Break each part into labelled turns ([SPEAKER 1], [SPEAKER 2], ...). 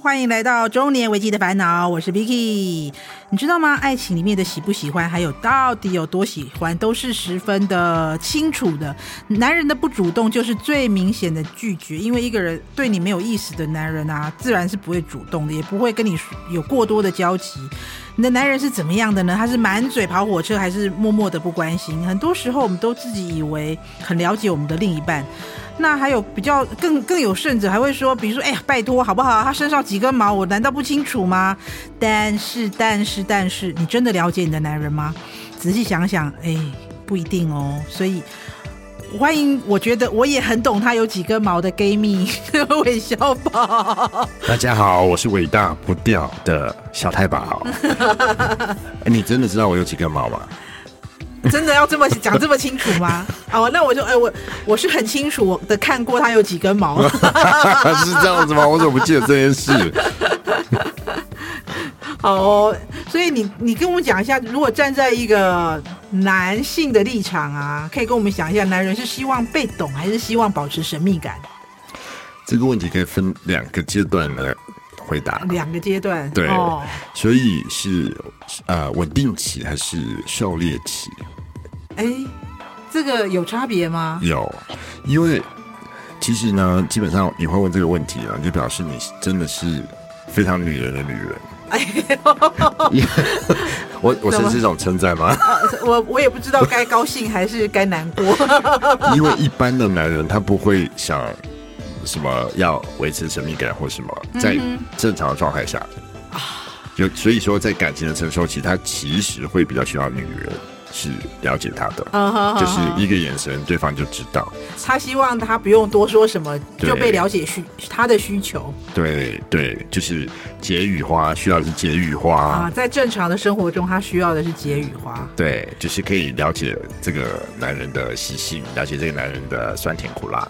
[SPEAKER 1] 欢迎来到中年危机的烦恼，我是 Vicky。你知道吗？爱情里面的喜不喜欢，还有到底有多喜欢，都是十分的清楚的。男人的不主动就是最明显的拒绝，因为一个人对你没有意思的男人啊，自然是不会主动的，也不会跟你有过多的交集。你的男人是怎么样的呢？他是满嘴跑火车，还是默默的不关心？很多时候，我们都自己以为很了解我们的另一半。那还有比较更更有甚者，还会说，比如说，哎呀，拜托好不好？他身上几根毛，我难道不清楚吗？但是，但是，但是，你真的了解你的男人吗？仔细想想，哎，不一定哦。所以。欢迎，我觉得我也很懂他有几根毛的 gay 蜜 韦小宝。
[SPEAKER 2] 大家好，我是伟大不掉的小太保。哎你真的知道我有几根毛吗？
[SPEAKER 1] 真的要这么讲这么清楚吗？哦，那我就哎、我我是很清楚的看过他有几根毛。
[SPEAKER 2] 是这样子吗？我怎么不记得这件事？
[SPEAKER 1] 好哦，所以你你跟我们讲一下，如果站在一个男性的立场啊，可以跟我们讲一下，男人是希望被懂，还是希望保持神秘感？
[SPEAKER 2] 这个问题可以分两个阶段来回答。
[SPEAKER 1] 两个阶段。
[SPEAKER 2] 对
[SPEAKER 1] 哦，
[SPEAKER 2] 所以是呃稳定期还是狩猎期？
[SPEAKER 1] 哎，这个有差别吗？
[SPEAKER 2] 有，因为其实呢，基本上你会问这个问题啊，就表示你真的是非常女人的女人。 我我是这种称赞吗？
[SPEAKER 1] 啊、我我也不知道该高兴还是该难过。
[SPEAKER 2] 因为一般的男人他不会想什么要维持神秘感或什么，在正常的状态下，就所以说在感情的承受期，他其实会比较需要女人是了解他的，
[SPEAKER 1] 嗯哼
[SPEAKER 2] 就是
[SPEAKER 1] 哼哼
[SPEAKER 2] 一个眼神对方就知道。
[SPEAKER 1] 他希望他不用多说什么
[SPEAKER 2] 对
[SPEAKER 1] 就被了解需他的需求
[SPEAKER 2] 对对，就是解语花需要的是解语
[SPEAKER 1] 啊，
[SPEAKER 2] 花，
[SPEAKER 1] 在正常的生活中，他需要的是解语花。
[SPEAKER 2] 对，就是可以了解这个男人的习性，了解这个男人的酸甜苦辣。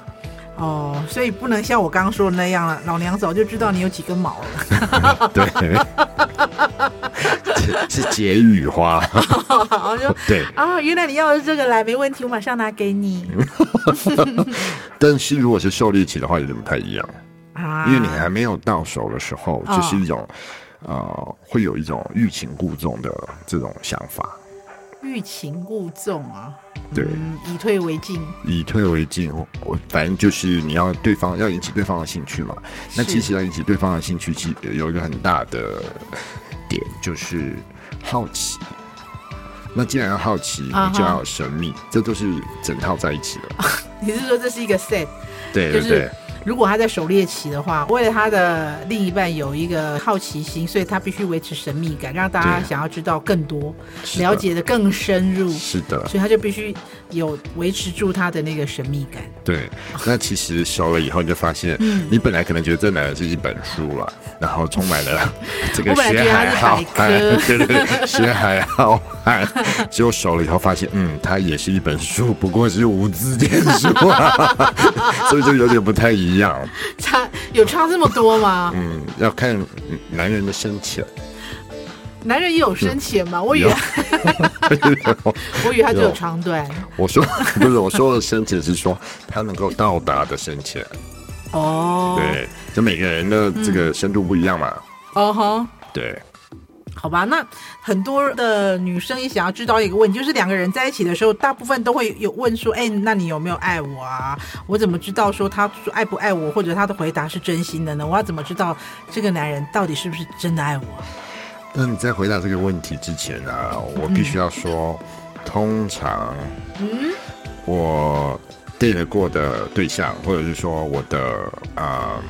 [SPEAKER 1] 哦，所以不能像我刚刚说的那样了，老娘早就知道你有几根毛了。
[SPEAKER 2] 对， 是是解语花，
[SPEAKER 1] 好，就
[SPEAKER 2] 对。
[SPEAKER 1] 啊、原来你要的是这个来，没问题，我马上拿给你。
[SPEAKER 2] 嗯但是如果是狩猎期的话，有点不太一样，
[SPEAKER 1] 啊，
[SPEAKER 2] 因为你还没有到手的时候，
[SPEAKER 1] 哦
[SPEAKER 2] 就是一种，呃，会有一种欲擒故纵的这种想法。
[SPEAKER 1] 欲擒故纵啊，
[SPEAKER 2] 对，
[SPEAKER 1] 嗯，以退为进。
[SPEAKER 2] 以退为进，我我反正就是你要对方要引起对方的兴趣嘛。那
[SPEAKER 1] 是
[SPEAKER 2] 其实要引起对方的兴趣，其实有一个很大的点就是好奇。那既然要好奇，
[SPEAKER 1] 啊哈
[SPEAKER 2] 你就要有神秘，这都是整套在一起的。
[SPEAKER 1] 你是说这是一个 set？
[SPEAKER 2] 对
[SPEAKER 1] 就
[SPEAKER 2] 对
[SPEAKER 1] 是
[SPEAKER 2] 对，
[SPEAKER 1] 如果他在狩猎期的话，为了他的另一半有一个好奇心，所以他必须维持神秘感，让大家
[SPEAKER 2] 对
[SPEAKER 1] 想要知道更多，
[SPEAKER 2] 是的
[SPEAKER 1] 了解的更深入，
[SPEAKER 2] 是的。
[SPEAKER 1] 所以他就必须有维持住他的那个神秘感。
[SPEAKER 2] 对，那其实熟了以后，你就发现，
[SPEAKER 1] 嗯
[SPEAKER 2] 你本来可能觉得这男人是一本书了，然后充满了 这个
[SPEAKER 1] 我本来
[SPEAKER 2] 学
[SPEAKER 1] 觉得他
[SPEAKER 2] 海
[SPEAKER 1] 是
[SPEAKER 2] 浩
[SPEAKER 1] 百科
[SPEAKER 2] 瀚， 对对对，学海浩瀚。结果熟了以后发现，嗯，他也是一本书，不过是无字天书啊， 所以就有点不太一样。
[SPEAKER 1] 差有差这么多吗？
[SPEAKER 2] 嗯，要看男人的深浅。
[SPEAKER 1] 男哦人也有深浅吗？我以为
[SPEAKER 2] 嗯有
[SPEAKER 1] 我以为他只有
[SPEAKER 2] 有
[SPEAKER 1] 长短。
[SPEAKER 2] 我说不是，我说的深浅是说他能够到达的深浅。
[SPEAKER 1] 哦，嗯
[SPEAKER 2] 对，就每个人的这个深度不一样嘛。
[SPEAKER 1] 哦吼。
[SPEAKER 2] 对，
[SPEAKER 1] 好吧，那很多的女生也想要知道一个问题，就是两个人在一起的时候，大部分都会有问说，哎、那你有没有爱我啊？我怎么知道说他说爱不爱我，或者他的回答是真心的呢？我要怎么知道这个男人到底是不是真的爱我？
[SPEAKER 2] 那你在回答这个问题之前啊，我必须要说，通常，我 date 过的对象，或者是说我的啊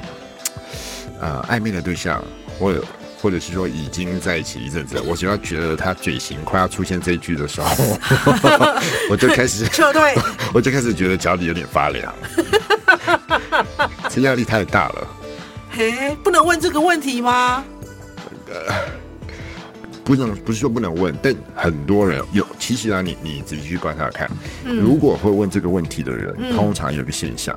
[SPEAKER 2] 呃暧昧的对象，或者或者是说已经在一起一阵子，我只要觉得他嘴型快要出现这一句的时候，我就开始
[SPEAKER 1] 撤退，
[SPEAKER 2] 我就开始觉得脚底有点发凉， 这压力太大了。
[SPEAKER 1] 嘿、不能问这个问题吗？
[SPEAKER 2] 不能不是说不能问，但很多人有，其实啊，你你仔细去观察看，
[SPEAKER 1] 嗯
[SPEAKER 2] 如果会问这个问题的人，通常有个现象，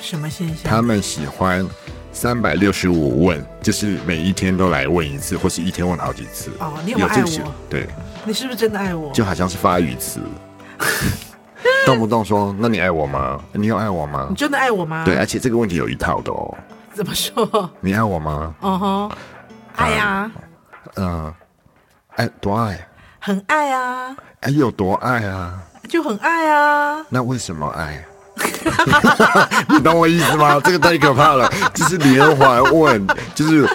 [SPEAKER 1] 什么现象？
[SPEAKER 2] 他们喜欢三百六十五问，就是每一天都来问一次，或是一天问好几次。
[SPEAKER 1] 哦你有
[SPEAKER 2] 有
[SPEAKER 1] 没有
[SPEAKER 2] 这
[SPEAKER 1] 爱
[SPEAKER 2] 个习
[SPEAKER 1] 我
[SPEAKER 2] 对，
[SPEAKER 1] 你是不是真的爱我？
[SPEAKER 2] 就好像是发 语词，动不动说“那你爱我吗？你有爱我吗
[SPEAKER 1] 你真的爱我吗？”？
[SPEAKER 2] 啊对，而且这个问题有一套的哦，
[SPEAKER 1] 怎么说？
[SPEAKER 2] 你爱我吗？
[SPEAKER 1] 哦吼，爱啊，
[SPEAKER 2] 嗯，爱多爱，
[SPEAKER 1] 很爱啊，
[SPEAKER 2] 哎，有多爱啊？
[SPEAKER 1] 就很爱啊。
[SPEAKER 2] 那为什么爱？ 你懂我意思吗？这个太可怕了，就是连环问，就是，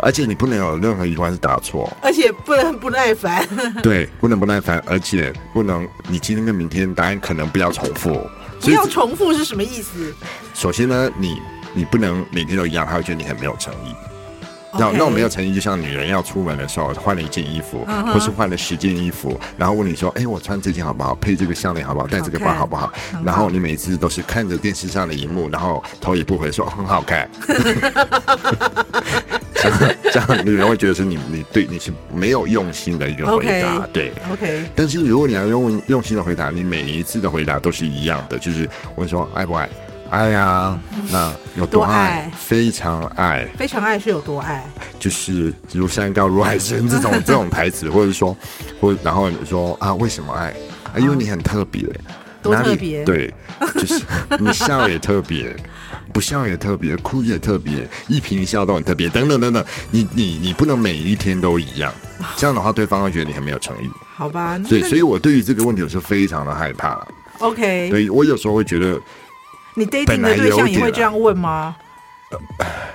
[SPEAKER 2] 而且你不能有任何一关是答错，
[SPEAKER 1] 而且不能不耐烦，
[SPEAKER 2] 对，不能不耐烦，而且不能你今天跟明天答案可能不要重复，
[SPEAKER 1] 不
[SPEAKER 2] 所以
[SPEAKER 1] 要重复是什么意思？
[SPEAKER 2] 首先呢，你你不能每天都一样，他会觉得你很没有诚意。那
[SPEAKER 1] OK
[SPEAKER 2] 那我没有诚意，就像女人要出门的时候换了一件衣服
[SPEAKER 1] 嗯哼
[SPEAKER 2] 或是换了十件衣服，然后问你说：“哎，我穿这件好不好？配这个项链好不好？戴这个包好不好？”
[SPEAKER 1] 看
[SPEAKER 2] 然后你每次都是看着电视上的荧幕，然后头也不回说：“很 好看。”这样这样，女人会觉得是你你对你是没有用心的一个回答
[SPEAKER 1] OK
[SPEAKER 2] 对。
[SPEAKER 1] OK，
[SPEAKER 2] 但是如果你要用用心的回答，你每一次的回答都是一样的，就是我说爱不爱？爱呀、那有多爱？
[SPEAKER 1] 多爱
[SPEAKER 2] 非常爱，
[SPEAKER 1] 非常爱是有多爱？
[SPEAKER 2] 就是如山高如海 深这种这种台词，或者说，或然后你说啊，为什么爱？啊，因为你很特别，
[SPEAKER 1] 嗯多
[SPEAKER 2] 哪里
[SPEAKER 1] 特别
[SPEAKER 2] 对，就是你笑也特别， 不笑也特别，哭也特别，一颦一笑都很特别，等等等等，你你你不能每一天都一样，这样的话对方会觉得你很没有诚意。
[SPEAKER 1] 好吧，那
[SPEAKER 2] 对，所以我对于这个问题我是非常的害怕。
[SPEAKER 1] OK，
[SPEAKER 2] 对我有时候会觉得，
[SPEAKER 1] 你 dating 的对
[SPEAKER 2] 啊
[SPEAKER 1] 象也会这样问吗？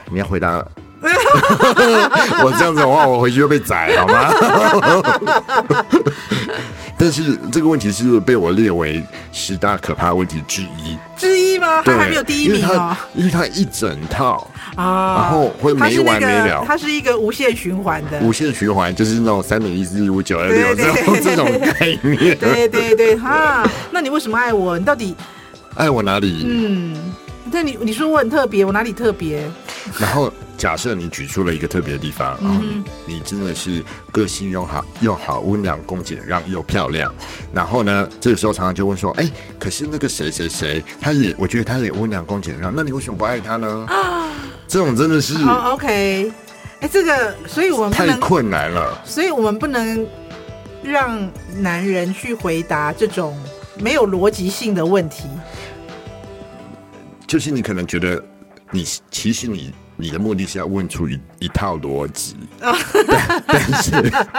[SPEAKER 2] 你要回答。 我这样子的话，我回去就被宰，好吗？ 但是这个问题是被我列为十大可怕问题之一。
[SPEAKER 1] 之一吗？
[SPEAKER 2] 对，
[SPEAKER 1] 他还没有第一名
[SPEAKER 2] 因为它
[SPEAKER 1] 哦。
[SPEAKER 2] 因为它一整套
[SPEAKER 1] 啊，
[SPEAKER 2] 然后会
[SPEAKER 1] 它是
[SPEAKER 2] 没完
[SPEAKER 1] 那个
[SPEAKER 2] 没了
[SPEAKER 1] 它是一个无限循环的。
[SPEAKER 2] 无限循环，就是那种三点一四一五九二
[SPEAKER 1] 对
[SPEAKER 2] 六
[SPEAKER 1] 对
[SPEAKER 2] 这种 这种概念。
[SPEAKER 1] 对对对，哈，那你为什么爱我？你到底
[SPEAKER 2] 爱哎我哪里？
[SPEAKER 1] 嗯，那你你说我很特别，我哪里特别？
[SPEAKER 2] 然后假设你举出了一个特别的地方，嗯，你真的是个性又好又好，温良恭俭让又漂亮。然后呢，这个时候常常就问说，哎，可是那个谁谁谁，他也我觉得他也温良恭俭让，那你为什么不爱他呢？这种真的是
[SPEAKER 1] 哦，OK，哎，这个，所以我们不
[SPEAKER 2] 嗯太
[SPEAKER 1] 能，
[SPEAKER 2] 困难了。
[SPEAKER 1] 所以我们不能让男人去回答这种没有逻辑性的问题。
[SPEAKER 2] 就是你可能觉得你其实你。你的目的是要问出一一套逻辑，
[SPEAKER 1] 哦
[SPEAKER 2] 但但是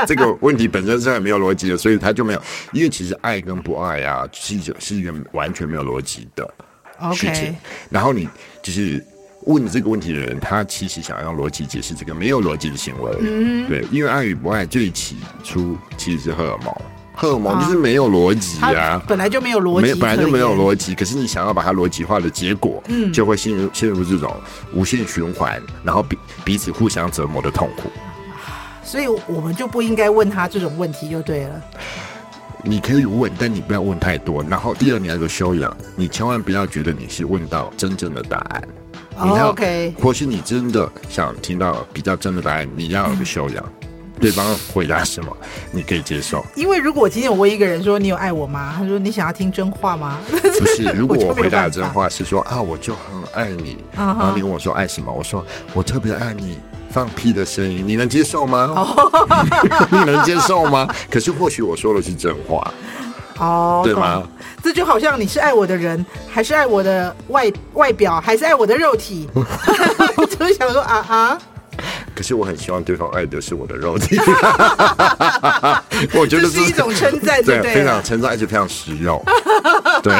[SPEAKER 2] 这个问题本身是很没有逻辑的，所以他就没有。因为其实爱跟不爱啊，是一个是一个完全没有逻辑的。事情
[SPEAKER 1] OK，。
[SPEAKER 2] 然后你就是问这个问题的人，他其实想用逻辑解释这个没有逻辑的行为。嗯，对，因为爱与不爱最起初其实是荷尔蒙，荷尔蒙就是没有逻辑
[SPEAKER 1] 哦他
[SPEAKER 2] 啊。
[SPEAKER 1] 本来就没有逻
[SPEAKER 2] 没
[SPEAKER 1] 辑，
[SPEAKER 2] 有，本来就没有。逻辑，可是你想要把它逻辑化的结果，嗯，就会陷入陷入这种无限循环，然后彼彼此互相折磨的痛苦。
[SPEAKER 1] 所以我们就不应该问他这种问题就对了。
[SPEAKER 2] 你可以问，但你不要问太多。然后第二，你要有修养，你千万不要觉得你是问到真正的答案。
[SPEAKER 1] 哦
[SPEAKER 2] 你要
[SPEAKER 1] OK
[SPEAKER 2] 或是你真的想听到比较真的答案，你要
[SPEAKER 1] 嗯
[SPEAKER 2] 有个修养。对方回答什么，你可以接受。
[SPEAKER 1] 因为如果我今天我问一个人说你有爱我吗？他说你想要听真话吗？
[SPEAKER 2] 不是，如果
[SPEAKER 1] 我就没有
[SPEAKER 2] 我回答
[SPEAKER 1] 办法
[SPEAKER 2] 的真话是说啊，我就很爱你，
[SPEAKER 1] 嗯哼
[SPEAKER 2] 然后你问我说爱什么，我说我特别爱你，放屁的声音，你能接受吗？
[SPEAKER 1] 哦
[SPEAKER 2] 你能接受吗？可是或许我说的是真话，
[SPEAKER 1] 哦，
[SPEAKER 2] 对
[SPEAKER 1] 懂
[SPEAKER 2] 吗？
[SPEAKER 1] 这就好像你是爱我的人，还是爱我的外外表，还是爱我的肉 体， 就是想说啊啊，
[SPEAKER 2] 可是我很希望对方爱的是我的 肉体，我觉
[SPEAKER 1] 这
[SPEAKER 2] 得
[SPEAKER 1] 是一种称赞，
[SPEAKER 2] 对
[SPEAKER 1] 不对
[SPEAKER 2] 非常
[SPEAKER 1] 了？
[SPEAKER 2] 称赞，而且非常实 用。对，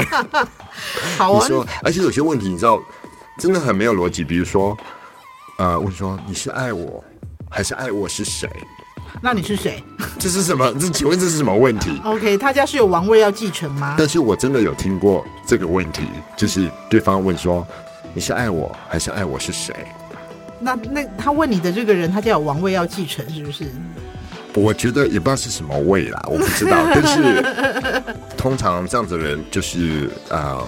[SPEAKER 1] 好
[SPEAKER 2] 你
[SPEAKER 1] 啊，
[SPEAKER 2] 说，而且有些问题你知道，真的很没有逻辑。比如说，呃，问说你是爱我还是爱我是谁？
[SPEAKER 1] 那你是谁
[SPEAKER 2] 这是什么？这请问这是什么问题？
[SPEAKER 1] ？OK，他家是有王位要继承吗？
[SPEAKER 2] 但是我真的有听过这个问题，就是对方问说你是爱我还是爱我是谁？
[SPEAKER 1] 那那他问你的这个人，他家有王位要继承，是不是？
[SPEAKER 2] 我觉得也不知道是什么味啦，我不知道。但是通常这样子的人就是呃，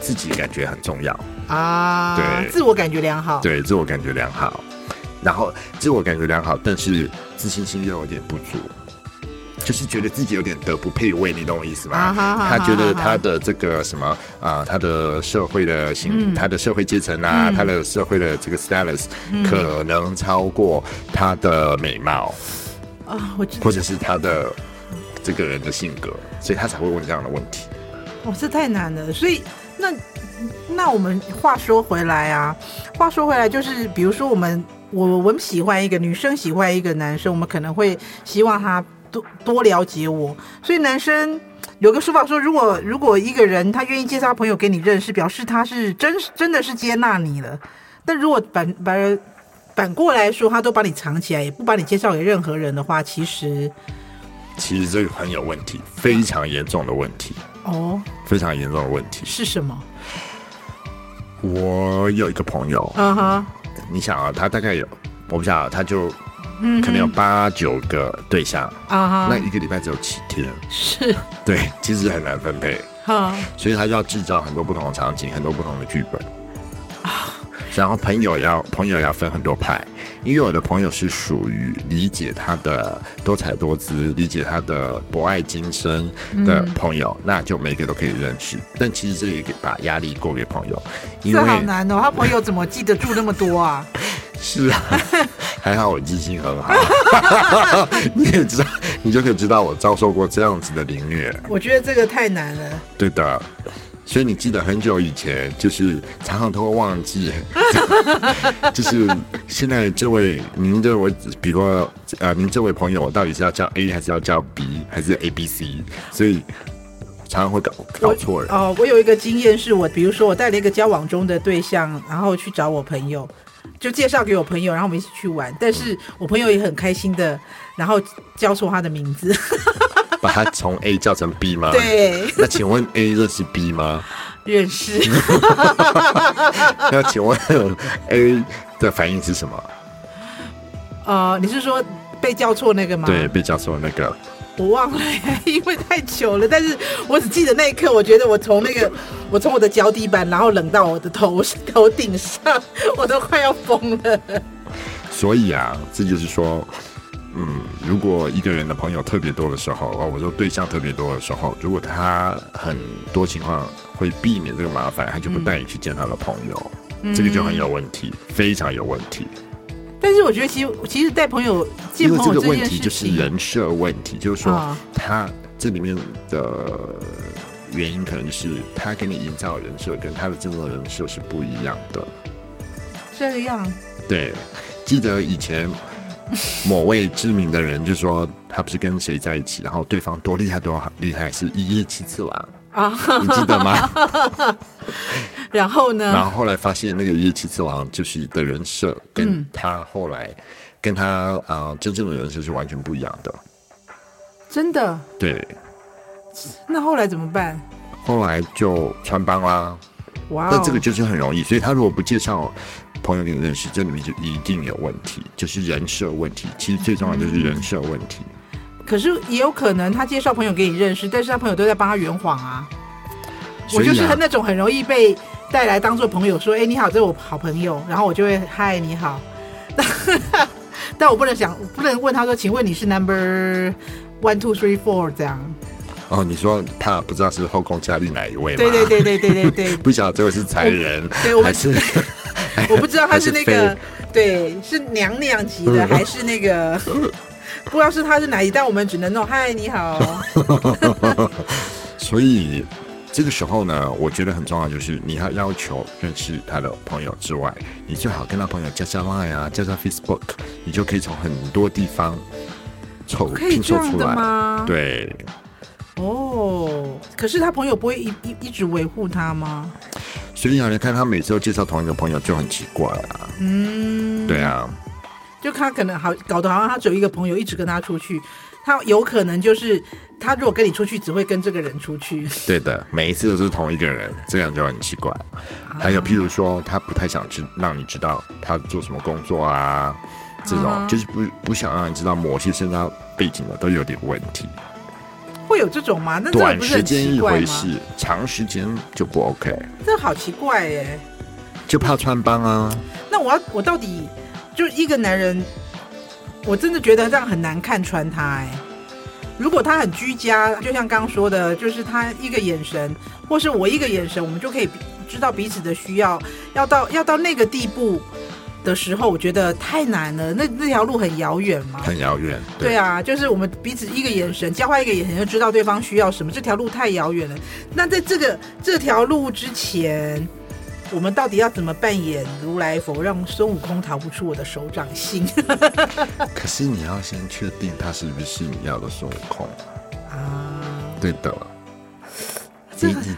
[SPEAKER 2] 自己感觉很重要，
[SPEAKER 1] 啊，
[SPEAKER 2] 对
[SPEAKER 1] 自我感觉良好，
[SPEAKER 2] 对自我感觉良好，然后自我感觉良好，但是自信心又有点不足。就是觉得自己有点德不配位，你懂我意思吗
[SPEAKER 1] 啊哈哈哈？
[SPEAKER 2] 他觉得他的这个什么啊、他的社会的
[SPEAKER 1] 嗯
[SPEAKER 2] 形，他的社会阶层啊，他的社会的这个 status
[SPEAKER 1] 嗯
[SPEAKER 2] 可能超过他的美貌，
[SPEAKER 1] 啊，我知
[SPEAKER 2] 或者是他的这个人的性格，所以他才会问这样的问题。
[SPEAKER 1] 哦，这太难了。所以那那我们话说回来啊，话说回来就是，比如说我们我我们喜欢一个女生喜欢一个男生，我们可能会希望他多多了解我，所以男生。有个说法说，如果如果一个人他愿意介绍朋友给你认识，表示他是真真的是接纳你了。但如果反反而反过来说，他都把你藏起来，也不把你介绍给任何人的话，其实
[SPEAKER 2] 其实这个很有问题，非常严重的问题，
[SPEAKER 1] 哦
[SPEAKER 2] 非常严重的问题。
[SPEAKER 1] 是什么？
[SPEAKER 2] 我有一个朋友，
[SPEAKER 1] 嗯哼，
[SPEAKER 2] 你想啊，他大概有，我不想啊，他就
[SPEAKER 1] 嗯哼，
[SPEAKER 2] 可能有八九个对象，
[SPEAKER 1] 啊哈，
[SPEAKER 2] 那一个礼拜只有七天，
[SPEAKER 1] 是嗯
[SPEAKER 2] 对，其实很难分配，
[SPEAKER 1] 哈，
[SPEAKER 2] 所以他就要制造很多不同的场景，很多不同的剧本。啊然后朋友也要朋友也要分很多派，因为我的朋友是属于理解他的多才多姿、理解他的博爱精深的朋友，那就每个都可以认识。但其实这也给把压力过给朋友，因
[SPEAKER 1] 这
[SPEAKER 2] 为
[SPEAKER 1] 好难哦，他朋友怎么记得住那么多啊？
[SPEAKER 2] 是啊，还好我记性很好，你也知道，你就可以知道我遭受过这样子的凌虐。
[SPEAKER 1] 我觉得这个太难了。
[SPEAKER 2] 对的，所以你记得很久以前，就是常常都会忘记， 就是现在这位您这位，比如说呃，您这位朋友，我到底是要叫 A 还是要叫 B 还是 A B C？所以常常会搞搞错人。
[SPEAKER 1] 哦，我有一个经验是我，比如说我带了一个交往中的对象，然后去找我朋友，就介绍给我朋友，然后我们一起去玩。但是我朋友也很开心的，然后叫错他的名字。
[SPEAKER 2] 把他从 A 叫成 B 吗？。
[SPEAKER 1] 对，
[SPEAKER 2] 那请问 A 认识 B 吗？
[SPEAKER 1] 认识
[SPEAKER 2] 那请问 A 的反应是什么？
[SPEAKER 1] 呃，你是说被叫错那个吗？
[SPEAKER 2] 对，，被叫做那个
[SPEAKER 1] 我忘了，因为太久了。但是我只记得那一刻，我觉得我从那个，我从我的脚底板，然后冷到我的头头顶上，我都快要疯了。
[SPEAKER 2] 所以啊，这就是说，嗯，如果一个人的朋友特别多的时候，啊，我说对象特别多的时候，如果他很多情况会避免这个麻烦，他就不带你去见他的朋友，
[SPEAKER 1] 嗯
[SPEAKER 2] 这个就很有问题，非常有问题。
[SPEAKER 1] 但是我觉得其，实其实带朋友见
[SPEAKER 2] 因为这
[SPEAKER 1] 朋
[SPEAKER 2] 个
[SPEAKER 1] 友
[SPEAKER 2] 问
[SPEAKER 1] 件
[SPEAKER 2] 题
[SPEAKER 1] 事
[SPEAKER 2] 就是
[SPEAKER 1] 情，
[SPEAKER 2] 人设问题，就是说
[SPEAKER 1] 啊
[SPEAKER 2] 他这里面的原因可能就是他给你营造的人设跟他的真正的人设是不一样的。
[SPEAKER 1] 这样
[SPEAKER 2] 对，记得以前某位知名的人就说他不是跟谁在一起，然后对方多厉害多好厉害，是一夜七次郎，
[SPEAKER 1] 啊，
[SPEAKER 2] 你记得 吗？
[SPEAKER 1] 然后
[SPEAKER 2] 然
[SPEAKER 1] 呢？
[SPEAKER 2] 后后来发现那个一夜七次郎就是的人设，跟他后来跟他啊、呃真正的人设是完全不一样的。
[SPEAKER 1] 真的，
[SPEAKER 2] 对，
[SPEAKER 1] 那后来怎么办？
[SPEAKER 2] 后来就穿帮啦。
[SPEAKER 1] 哇、哦，
[SPEAKER 2] 那这个就是很容易，所以他如果不介绍朋友给你认识，这里面就一定有问题，就是人设问题。其实最重要的就是人设问题。
[SPEAKER 1] 可是也有可能他介绍朋友给你认识，但是他朋友都在帮他圆谎啊。我
[SPEAKER 2] 所以
[SPEAKER 1] 就是
[SPEAKER 2] 啊
[SPEAKER 1] 很那种很容易被带来当做朋友，说：“哎、你好，这是我好朋友。”然后我就会：“嗨，你好。” 但我不能想，不能问他说：“请问你是 number one two three four 这样
[SPEAKER 2] 哦，你说怕不知道是后宫佳丽哪一位？”吗？
[SPEAKER 1] 对对，对对对对 对，
[SPEAKER 2] 不晓得这位是才人
[SPEAKER 1] 对我
[SPEAKER 2] 还是
[SPEAKER 1] 我不知道他是那个
[SPEAKER 2] 还是嗯
[SPEAKER 1] 对，是娘娘级的还是那 个，不知道是他是哪一，但我们只能弄：“嗨，你好。
[SPEAKER 2] 所以这个时候呢，我觉得很重要就是你要要求认识他的朋友之外，你最好跟他朋友加加 Line 啊，加加 Facebook，你就可以从很多地方凑”
[SPEAKER 1] 可以
[SPEAKER 2] 拼
[SPEAKER 1] 这
[SPEAKER 2] 凑
[SPEAKER 1] 样
[SPEAKER 2] 出
[SPEAKER 1] 的
[SPEAKER 2] 来。
[SPEAKER 1] 吗？
[SPEAKER 2] 对，
[SPEAKER 1] 哦，可是他朋友不会一一一直维护他吗？
[SPEAKER 2] 所以啊，你看他每次都介绍同一个朋友就很奇怪啊。
[SPEAKER 1] 嗯，
[SPEAKER 2] 对，啊，
[SPEAKER 1] 就他可能好搞得好像他只有一个朋友一直跟他出去，他有可能就是他如果跟你出去，只会跟这个人出去。
[SPEAKER 2] 对的，每一次都是同一个人，这样就很奇怪。
[SPEAKER 1] 啊
[SPEAKER 2] 还有，譬如说，他不太想知让你知道他做什么工作啊，这种、
[SPEAKER 1] 嗯
[SPEAKER 2] 就是不不想让你知道某些身家背景的都有点问题。
[SPEAKER 1] 会有这种吗？那这种
[SPEAKER 2] 短
[SPEAKER 1] 不是很
[SPEAKER 2] 时间
[SPEAKER 1] 奇
[SPEAKER 2] 一
[SPEAKER 1] 怪
[SPEAKER 2] 回
[SPEAKER 1] 吗？
[SPEAKER 2] 事，长时间就不 OK，
[SPEAKER 1] 这好奇怪耶！
[SPEAKER 2] 就怕穿帮啊。
[SPEAKER 1] 那我要我到底就一个男人，我真的觉得这样很难看穿他哎。如果他很居家，就像刚刚说的，就是他一个眼神，或是我一个眼神，我们就可以彼知道彼此的需要。要到要到那个地步，的时候，我觉得太难了，那那条路很遥远嘛。
[SPEAKER 2] 很遥远。
[SPEAKER 1] 对啊，就是我们彼此一个眼神，交换一个眼神就知道对方需要什么。这条路太遥远了。那在这个这条路之前，我们到底要怎么扮演如来佛，让孙悟空逃不出我的手掌心
[SPEAKER 2] 可是你要先确定他是不是你要的孙悟空。
[SPEAKER 1] 啊？
[SPEAKER 2] 对的，
[SPEAKER 1] 这
[SPEAKER 2] 你
[SPEAKER 1] 个
[SPEAKER 2] 你，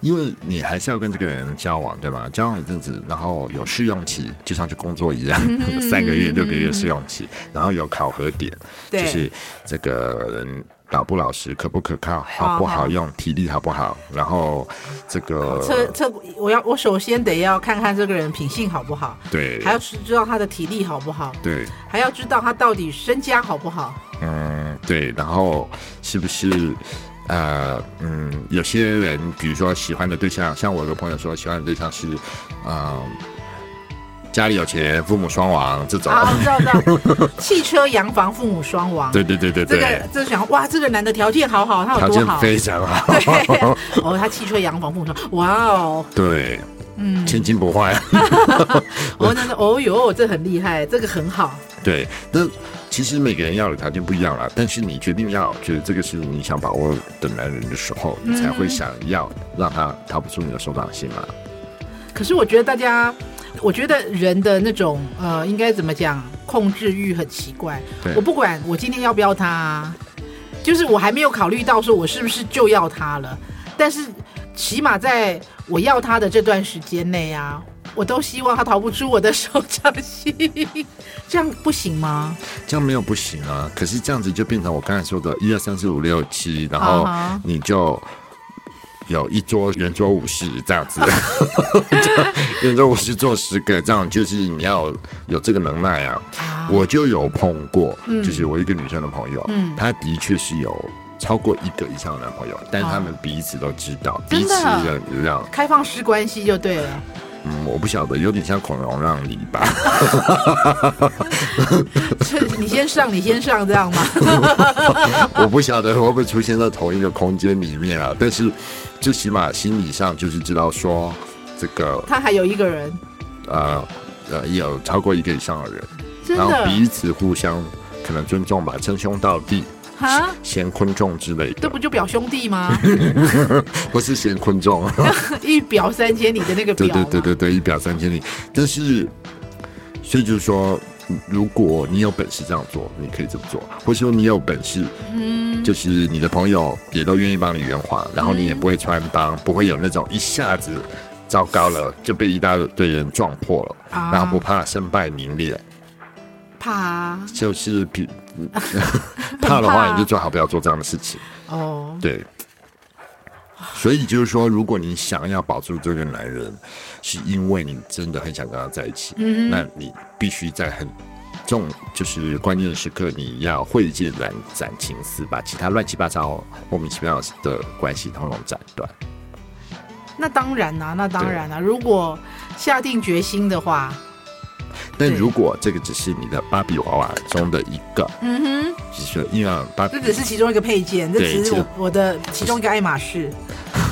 [SPEAKER 2] 因为你还是要跟这个人交往，对吧？交往一阵子，然后有试用期，就像去工作一样，有
[SPEAKER 1] 嗯
[SPEAKER 2] 三个月、六个月试用期，然后有考核点，就
[SPEAKER 1] 对
[SPEAKER 2] 是这个人老不老实、可不可靠、
[SPEAKER 1] 好
[SPEAKER 2] 好不好用、体力好不好，然后这
[SPEAKER 1] 测
[SPEAKER 2] 个
[SPEAKER 1] 测，我要我首先得要看看这个人品性好不好，
[SPEAKER 2] 对
[SPEAKER 1] 还要知知道他的体力好不好，
[SPEAKER 2] 对，
[SPEAKER 1] 还要知道他到底身家好不好。
[SPEAKER 2] 嗯，对，然后是不是呃嗯，有些人比如说喜欢的对象，像我有个朋友说喜欢的对象是嗯、家里有钱，父母双亡这种。
[SPEAKER 1] 啊，我知道知 道，汽车洋房父母双亡。
[SPEAKER 2] 对对对对
[SPEAKER 1] 这
[SPEAKER 2] 对，
[SPEAKER 1] 个这想哇，这个男的条件好好，他有
[SPEAKER 2] 条
[SPEAKER 1] 多
[SPEAKER 2] 件
[SPEAKER 1] 好？
[SPEAKER 2] 非常好，
[SPEAKER 1] 对，哦，他汽车洋房父母双，哇哦，
[SPEAKER 2] 对，
[SPEAKER 1] 嗯，
[SPEAKER 2] 千金不换。
[SPEAKER 1] 哦，那那哦哟，这很厉害，这个很好，
[SPEAKER 2] 对，那其实每个人要的条件不一样啦，但是你决定要觉得这个是你想把握的男人的时候，你才会想要让他逃不出你的手掌心嘛。
[SPEAKER 1] 可是我觉得大家，我觉得人的那种呃，应该怎么讲，控制欲很奇怪。
[SPEAKER 2] 对
[SPEAKER 1] 我不管我今天要不要他，就是我还没有考虑到说我是不是就要他了。但是起码在我要他的这段时间内啊，我都希望他逃不出我的手掌心， 这样不行吗？
[SPEAKER 2] 这样没有不行啊，可是这样子就变成我刚才说的一二三四五六七，然后
[SPEAKER 1] 啊哈
[SPEAKER 2] 你就有一桌圆桌五十这样子， 就圆桌五十做十个，这样就是你要有这个能耐啊。
[SPEAKER 1] 啊，
[SPEAKER 2] 我就有碰过，就是我一个女生的朋友，
[SPEAKER 1] 嗯
[SPEAKER 2] 她的确是有超过一个以上的男朋友，但是他们彼此都知道，
[SPEAKER 1] 真
[SPEAKER 2] 彼
[SPEAKER 1] 的啊
[SPEAKER 2] 此忍让，
[SPEAKER 1] 开放式关系就对了。
[SPEAKER 2] 嗯，我不晓得，有点像孔融让梨吧，
[SPEAKER 1] 是 你先上，你先上，这样吗？
[SPEAKER 2] 我不晓得会不会出现在同一个空间里面啊，但是最起码心理上就是知道说这个
[SPEAKER 1] 他还有一个人，
[SPEAKER 2] 呃呃有超过一个以上的人，
[SPEAKER 1] 真
[SPEAKER 2] 然后
[SPEAKER 1] 的
[SPEAKER 2] 彼此互相可能尊重吧，称兄道弟。
[SPEAKER 1] 啊，
[SPEAKER 2] 贤坤重之类
[SPEAKER 1] 这
[SPEAKER 2] 的，
[SPEAKER 1] 不就表兄弟 吗？
[SPEAKER 2] 不是贤坤重，
[SPEAKER 1] 一表三千里的那个表
[SPEAKER 2] 对
[SPEAKER 1] 嘛，
[SPEAKER 2] 对对对对，一表三千里。但是，所以就是说，如果你有本事这样做，你可以这么做；，或者说你有本事，嗯，就是你的朋友也都愿意帮你圆滑，然后你也不会穿帮，不会有那种一下子糟糕了就被一大堆人撞破了，
[SPEAKER 1] 啊
[SPEAKER 2] 然后不怕身败名裂，
[SPEAKER 1] 怕啊
[SPEAKER 2] 就是比怕的话，你就最好不要做这样的事情。
[SPEAKER 1] 哦，
[SPEAKER 2] 对，所以就是说，如果你想要保住这个男人，是因为你真的很想跟他在一起，
[SPEAKER 1] 嗯
[SPEAKER 2] 那你必须在很重就是关键的时刻，你要会见斩斩情丝，把其他乱七八糟、莫名其妙的关系统统斩断。
[SPEAKER 1] 那当然啦、那当然啦、啊如果下定决心的话，
[SPEAKER 2] 但
[SPEAKER 1] 对
[SPEAKER 2] 如果这个只是你的芭比娃娃中的一个，
[SPEAKER 1] 嗯哼，
[SPEAKER 2] 就是说因为芭比
[SPEAKER 1] 这只是其中一个配件，这
[SPEAKER 2] 对
[SPEAKER 1] 只是我
[SPEAKER 2] 这
[SPEAKER 1] 我的其中一个爱马仕，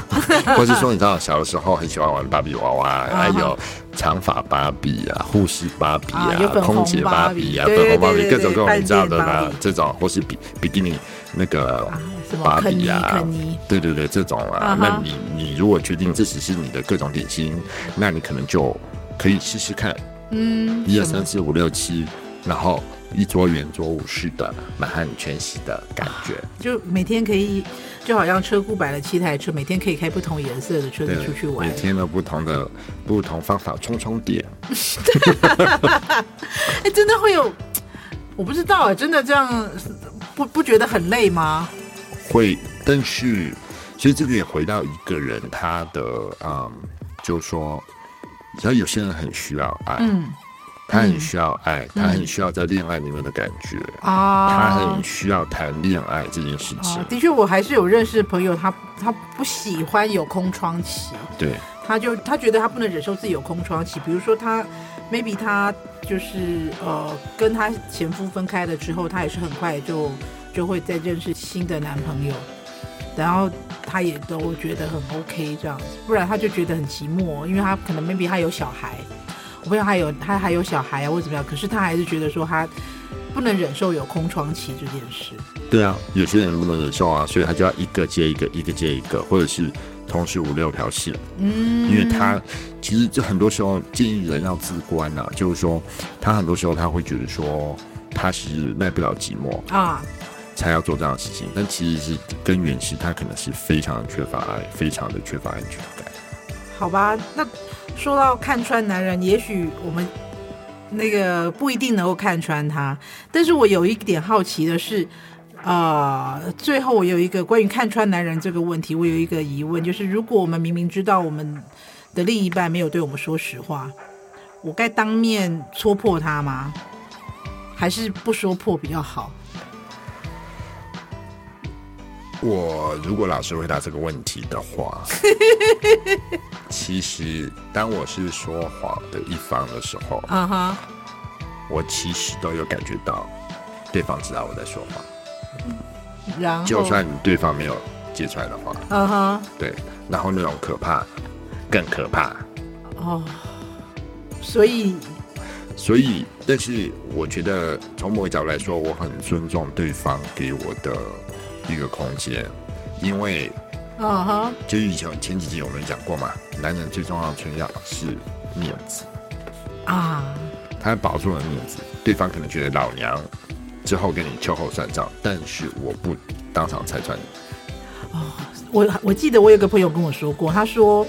[SPEAKER 2] 或是说，你知道小的时候很喜欢玩芭比娃娃，还有长发芭比啊、护士芭比
[SPEAKER 1] 啊有
[SPEAKER 2] 啊、
[SPEAKER 1] 粉红
[SPEAKER 2] 空姐芭比啊、
[SPEAKER 1] 芭比
[SPEAKER 2] 粉
[SPEAKER 1] 对
[SPEAKER 2] 红芭比，
[SPEAKER 1] 对对
[SPEAKER 2] 各种各种
[SPEAKER 1] 对
[SPEAKER 2] 你知道的
[SPEAKER 1] 饭店芭
[SPEAKER 2] 啦
[SPEAKER 1] 比，
[SPEAKER 2] 这种或是比比基尼那个
[SPEAKER 1] 啊什么
[SPEAKER 2] 芭比啊
[SPEAKER 1] 肯尼肯尼，
[SPEAKER 2] 对对对，这种
[SPEAKER 1] 啊哈，
[SPEAKER 2] 啊那你你如果决定这只是你的各种点心，那你可能就可以试试看，
[SPEAKER 1] 嗯，
[SPEAKER 2] 一二
[SPEAKER 1] 什么
[SPEAKER 2] 三，四五六七，然后一桌圆桌武士的满汉全席的感觉。
[SPEAKER 1] 就每天可以，就好像车库摆了七台车，每天可以开不同颜色的车子出去玩
[SPEAKER 2] 每，天都不同的不同方法充充电，
[SPEAKER 1] 哎，真的会有，我不知道哎，真的这样不不觉得很累吗？
[SPEAKER 2] 会，但是，所以这个也回到一个人他的嗯，就是说，只要有些人很需要爱，
[SPEAKER 1] 嗯
[SPEAKER 2] 他很需要爱，他很需要在恋爱里面的感觉，
[SPEAKER 1] 啊，
[SPEAKER 2] 他很需要谈恋爱这件事情。
[SPEAKER 1] 哦，的确，我还是有认识朋友，他他不喜欢有空窗期，
[SPEAKER 2] 对，
[SPEAKER 1] 他就他觉得他不能忍受自己有空窗期。比如说他，maybe 他就是呃跟他前夫分开了之后，他也是很快就就会再认识新的男朋友，然后他也都觉得很 OK 这样子，不然他就觉得很寂寞，因为他可能 maybe 他有小孩。我朋友还有他还有小孩啊，或者怎么样，可是他还是觉得说他不能忍受有空窗期这件事。
[SPEAKER 2] 对啊，有些人不能忍受啊，所以他就要一个接一个，一个接一个，或者是同时五六条线。
[SPEAKER 1] 嗯，
[SPEAKER 2] 因为他其实就很多时候建议人要自观啊，就是说他很多时候他会觉得说他是耐不了寂寞
[SPEAKER 1] 啊，
[SPEAKER 2] 才要做这样的事情，但其实是根源是他可能是非常缺乏爱，非常的缺乏安全感。
[SPEAKER 1] 好吧，那说到看穿男人，也许我们那个不一定能够看穿他，但是我有一点好奇的是，呃，最后我有一个关于看穿男人这个问题，我有一个疑问，就是如果我们明明知道我们的另一半没有对我们说实话，我该当面戳破他吗？还是不说破比较好？
[SPEAKER 2] 我如果老实回答这个问题的 话，其实当我是说谎的一方的时候，
[SPEAKER 1] 啊哈，
[SPEAKER 2] 我其实都有感觉到对方知道我在说谎，
[SPEAKER 1] 然后，
[SPEAKER 2] 就算对方没有接出来的话，
[SPEAKER 1] 啊哈，
[SPEAKER 2] 对，然后那种可怕更可怕，
[SPEAKER 1] 哦，所以
[SPEAKER 2] 所以，但是我觉得从某个角度来说，我很尊重对方给我的一个空间，因为
[SPEAKER 1] 啊哈，
[SPEAKER 2] 就是以前前几集我们讲过嘛，男人最重要的存量是面子，
[SPEAKER 1] 啊，
[SPEAKER 2] 他保住了面子，对方可能觉得老娘之后跟你秋后算账，但是我不当场拆穿你。
[SPEAKER 1] 我我记得我有个朋友跟我说过，他说，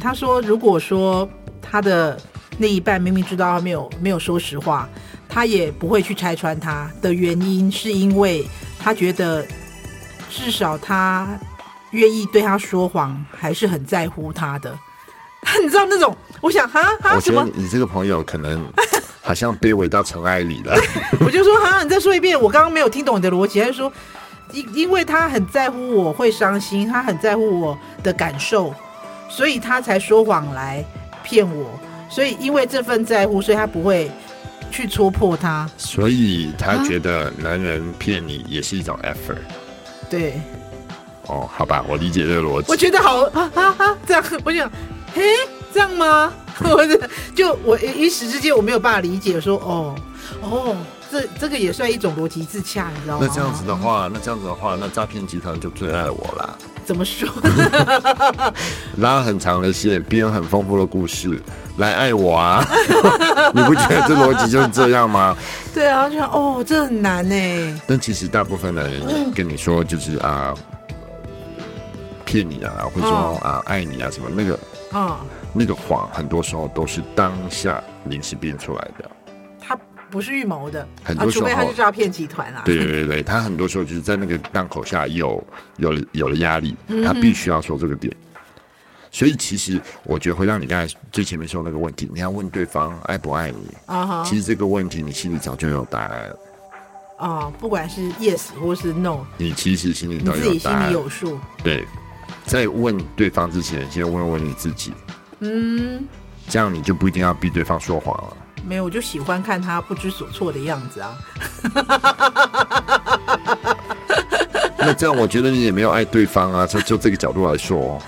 [SPEAKER 1] 他说如果说他的另一半明明知道他没有没有说实话，他也不会去拆穿他的原因，是因为他觉得至少他愿意对他说谎，还是很在乎他的。 你知道那种，我想哈哈
[SPEAKER 2] 我
[SPEAKER 1] 什
[SPEAKER 2] 觉
[SPEAKER 1] 么
[SPEAKER 2] 得？你这个朋友可能好像卑微到尘埃里了。
[SPEAKER 1] 我就说哈，你再说一遍，我刚刚没有听懂你的逻辑。他就说，因因为他很在乎我会伤心，他很在乎我的感受，所以他才说谎来骗我。所以因为这份在乎，所以他不会去戳破他。
[SPEAKER 2] 所以他觉得男人骗你也是一种 effort。
[SPEAKER 1] 对，
[SPEAKER 2] 哦，好吧，我理解这个逻辑。
[SPEAKER 1] 我觉得好啊啊啊，这样我想，嘿，这样吗？ 我的就我一时之间我没有办法理解说，哦哦，这这个也算一种逻辑自洽，你知道吗？
[SPEAKER 2] 那这样子的话，那这样子的话，那诈骗集团就最爱我啦。
[SPEAKER 1] 怎么说？
[SPEAKER 2] 拉很长的线，编很丰富的故事，来爱我啊！你不觉得这逻辑就是这样吗？
[SPEAKER 1] 对啊，就想哦，这很难欸呢。
[SPEAKER 2] 但其实大部分的人也跟你说，就是啊，骗你啊，或者说啊，爱你啊什么，那个
[SPEAKER 1] 啊、
[SPEAKER 2] 那个谎，很多时候都是当下临时编出来的。
[SPEAKER 1] 他不是预谋的，
[SPEAKER 2] 很
[SPEAKER 1] 啊，
[SPEAKER 2] 多时
[SPEAKER 1] 除
[SPEAKER 2] 候
[SPEAKER 1] 非他是诈骗集团啦、啊。
[SPEAKER 2] 对对对对，他很多时候就是在那个档口下有有了有了压力，
[SPEAKER 1] 嗯
[SPEAKER 2] 他必须要说这个点。所以其实我觉得回到你刚才最前面说那个问题，你要问对方爱不爱你。
[SPEAKER 1] 啊哈
[SPEAKER 2] 其实这个问题你心里早就有答案了，
[SPEAKER 1] 啊，不管是 yes 或是 no，
[SPEAKER 2] 你其实心里
[SPEAKER 1] 你
[SPEAKER 2] 早
[SPEAKER 1] 自
[SPEAKER 2] 有
[SPEAKER 1] 己
[SPEAKER 2] 答
[SPEAKER 1] 心里
[SPEAKER 2] 案。
[SPEAKER 1] 有数。
[SPEAKER 2] 对，在问对方之前，先问问你自己，
[SPEAKER 1] 嗯，
[SPEAKER 2] 这样你就不一定要逼对方说谎了。
[SPEAKER 1] 没有，我就喜欢看他不知所措的样子啊。
[SPEAKER 2] 那这样我觉得你也没有爱对方啊。就就这个角度来说，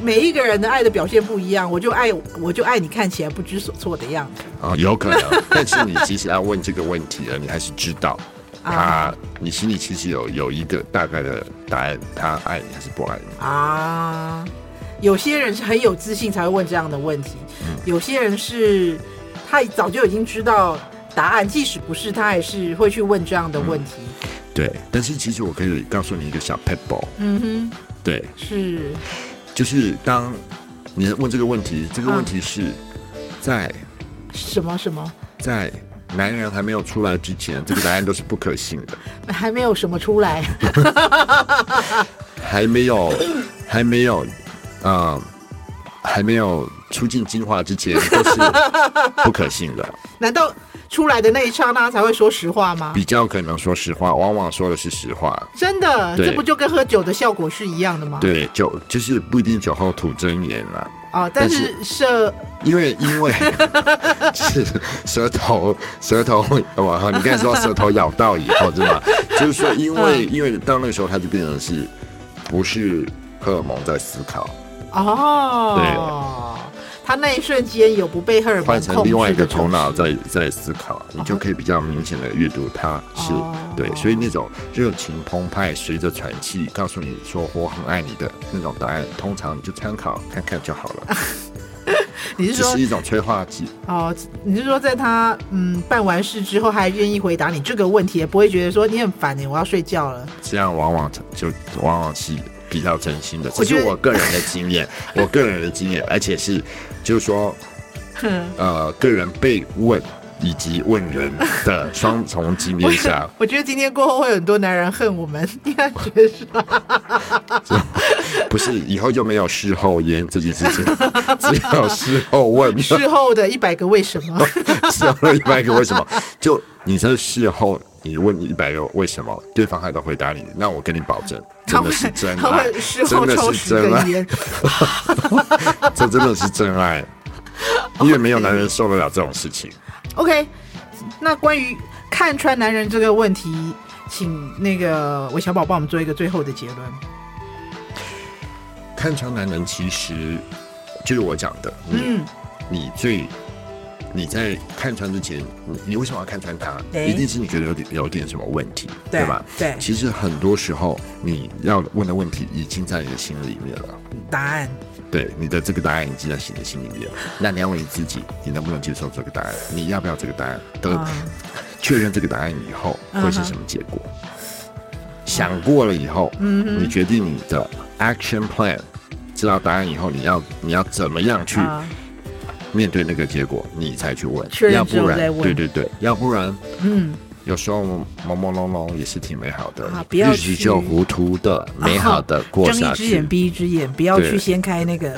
[SPEAKER 1] 每一个人的爱的表现不一样，我就爱，我就爱你看起来不知所措的样子。
[SPEAKER 2] 啊，有可 能，但是你其实要问这个问题了，你还是知道
[SPEAKER 1] 啊
[SPEAKER 2] 他，你心里其实有有一个大概的答案，他爱你还是不爱你？
[SPEAKER 1] 啊，有些人是很有自信才会问这样的问题，
[SPEAKER 2] 嗯
[SPEAKER 1] 有些人是他早就已经知道答案，即使不是他，还是会去问这样的问题。
[SPEAKER 2] 对，但是其实我可以告诉你一个小 pebble，
[SPEAKER 1] 嗯
[SPEAKER 2] 对，
[SPEAKER 1] 哼，是
[SPEAKER 2] 就是当你问这个问题，这个问题是
[SPEAKER 1] 啊
[SPEAKER 2] 在、
[SPEAKER 1] 什么什么？
[SPEAKER 2] 在男人还没有出来之前，这个答案都是不可信 的，
[SPEAKER 1] 还没有什么出来
[SPEAKER 2] 还没有，还没有，啊、还没有出尽精华之前都是不可信的。
[SPEAKER 1] 难道出来的那一刹那才会说实话吗？
[SPEAKER 2] 比较可能说实话，往往说的是实话。
[SPEAKER 1] 真的，
[SPEAKER 2] 对
[SPEAKER 1] 这不就跟喝酒的效果是一样的吗？
[SPEAKER 2] 对，酒就是不一定酒后吐真言啦，
[SPEAKER 1] 啊，但是社
[SPEAKER 2] 因为因为是舌头舌头会哇，你刚才说舌头咬到以后对吧？就是说，因为因为到那个时候他就变成是不是荷尔蒙在思考，
[SPEAKER 1] 哦，他那一瞬间有不被荷尔蒙
[SPEAKER 2] 换
[SPEAKER 1] 控
[SPEAKER 2] 成
[SPEAKER 1] 制
[SPEAKER 2] 另外一个
[SPEAKER 1] 的
[SPEAKER 2] 头脑
[SPEAKER 1] 冲
[SPEAKER 2] 在在思考，你就可以比较明显的阅读它是
[SPEAKER 1] 哦
[SPEAKER 2] 对，所以那种热情澎湃，随着喘气告诉你说我很爱你的那种答案，通常你就参考看看就好了，
[SPEAKER 1] 击。啊你是
[SPEAKER 2] 只
[SPEAKER 1] 说
[SPEAKER 2] 是一种催化剂。
[SPEAKER 1] 哦？你是说在他嗯办完事之后，他还愿意回答你这个问题，也不会觉得说你很烦欸你，我要睡觉了。
[SPEAKER 2] 这样往往就往往是比较真心的，
[SPEAKER 1] 我
[SPEAKER 2] 这
[SPEAKER 1] 觉得
[SPEAKER 2] 是我个人的 经验，我个人的经验，而且是就是说，呃，个人被问以及问人的双重经验下，
[SPEAKER 1] 我觉得今天过后会有很多男人恨我们，因为他觉得说
[SPEAKER 2] 不是以后就没有事后烟这件事情， 只有事后问，
[SPEAKER 1] 事后的一百个为什么。
[SPEAKER 2] 事后一百个为什么？就你这事后。你问一百个为什么，对方还能回答你，那我跟你保 证，
[SPEAKER 1] 他
[SPEAKER 2] 真
[SPEAKER 1] 会
[SPEAKER 2] 的是真
[SPEAKER 1] 他
[SPEAKER 2] 爱
[SPEAKER 1] 会，事后
[SPEAKER 2] 真的
[SPEAKER 1] 抽
[SPEAKER 2] 是
[SPEAKER 1] 十
[SPEAKER 2] 真爱
[SPEAKER 1] 根。烟，
[SPEAKER 2] 这真的是 真爱，因为没有男人受得了这种事情。
[SPEAKER 1] OK，那关于看穿男人这个问题，请那个韦小宝帮我们做一个最后的结论。
[SPEAKER 2] 看穿男人其实就是我讲的，你、
[SPEAKER 1] 嗯，
[SPEAKER 2] 你最你在看穿之前，你你为什么要看穿他？
[SPEAKER 1] 哎
[SPEAKER 2] 一定是你觉得有点有点什么问题，
[SPEAKER 1] 对
[SPEAKER 2] 吧？
[SPEAKER 1] 对
[SPEAKER 2] 其实很多时候你要问的问题已经在你的心里面了，
[SPEAKER 1] 答案
[SPEAKER 2] 对，你的这个答案已经在你的心里面了。那你要问你自己，你能不能接受这个答案？你要不要这个答案？得、
[SPEAKER 1] 啊
[SPEAKER 2] 确认这个答案以后会是什么结果。
[SPEAKER 1] 啊
[SPEAKER 2] 想过了以后，
[SPEAKER 1] 嗯
[SPEAKER 2] 你决定你的 action plan，知道答案以后，你要你要怎么样去
[SPEAKER 1] 啊，
[SPEAKER 2] 面对那个结果，你才去问
[SPEAKER 1] 确，认
[SPEAKER 2] 要不
[SPEAKER 1] 之后再
[SPEAKER 2] 然，
[SPEAKER 1] 问
[SPEAKER 2] 对对对，要不然
[SPEAKER 1] 嗯，
[SPEAKER 2] 有时候朦朦胧胧也是挺美好的
[SPEAKER 1] 啊，不要
[SPEAKER 2] 日子
[SPEAKER 1] 去
[SPEAKER 2] 就糊涂的美好的过
[SPEAKER 1] 睁一
[SPEAKER 2] 下
[SPEAKER 1] 只眼
[SPEAKER 2] 去。
[SPEAKER 1] 闭一只眼，不要
[SPEAKER 2] 对
[SPEAKER 1] 去掀开那个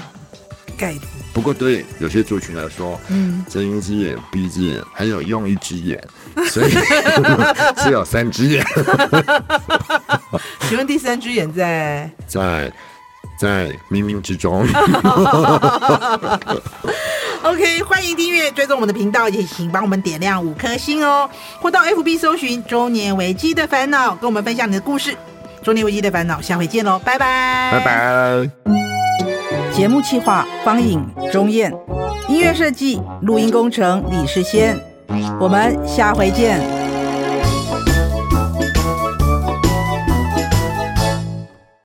[SPEAKER 1] 盖子。
[SPEAKER 2] 不过对有些族群来说，
[SPEAKER 1] 嗯，
[SPEAKER 2] 睁一只眼闭一只眼，还有用一 只眼，所以 只有三只眼。
[SPEAKER 1] 请问第三只眼在？
[SPEAKER 2] 在在冥冥之中，
[SPEAKER 1] OK，欢迎订阅、追踪我们的频道，也请帮我们点亮五颗星哦，或到 FB 搜寻“中年危机的烦恼”，跟我们分享你的故事。中年危机的烦恼，下回见喽，拜拜，
[SPEAKER 2] 拜。拜。
[SPEAKER 1] 节目企划：方颖、钟燕，音乐设计、录音工程：李世先。我们下回见。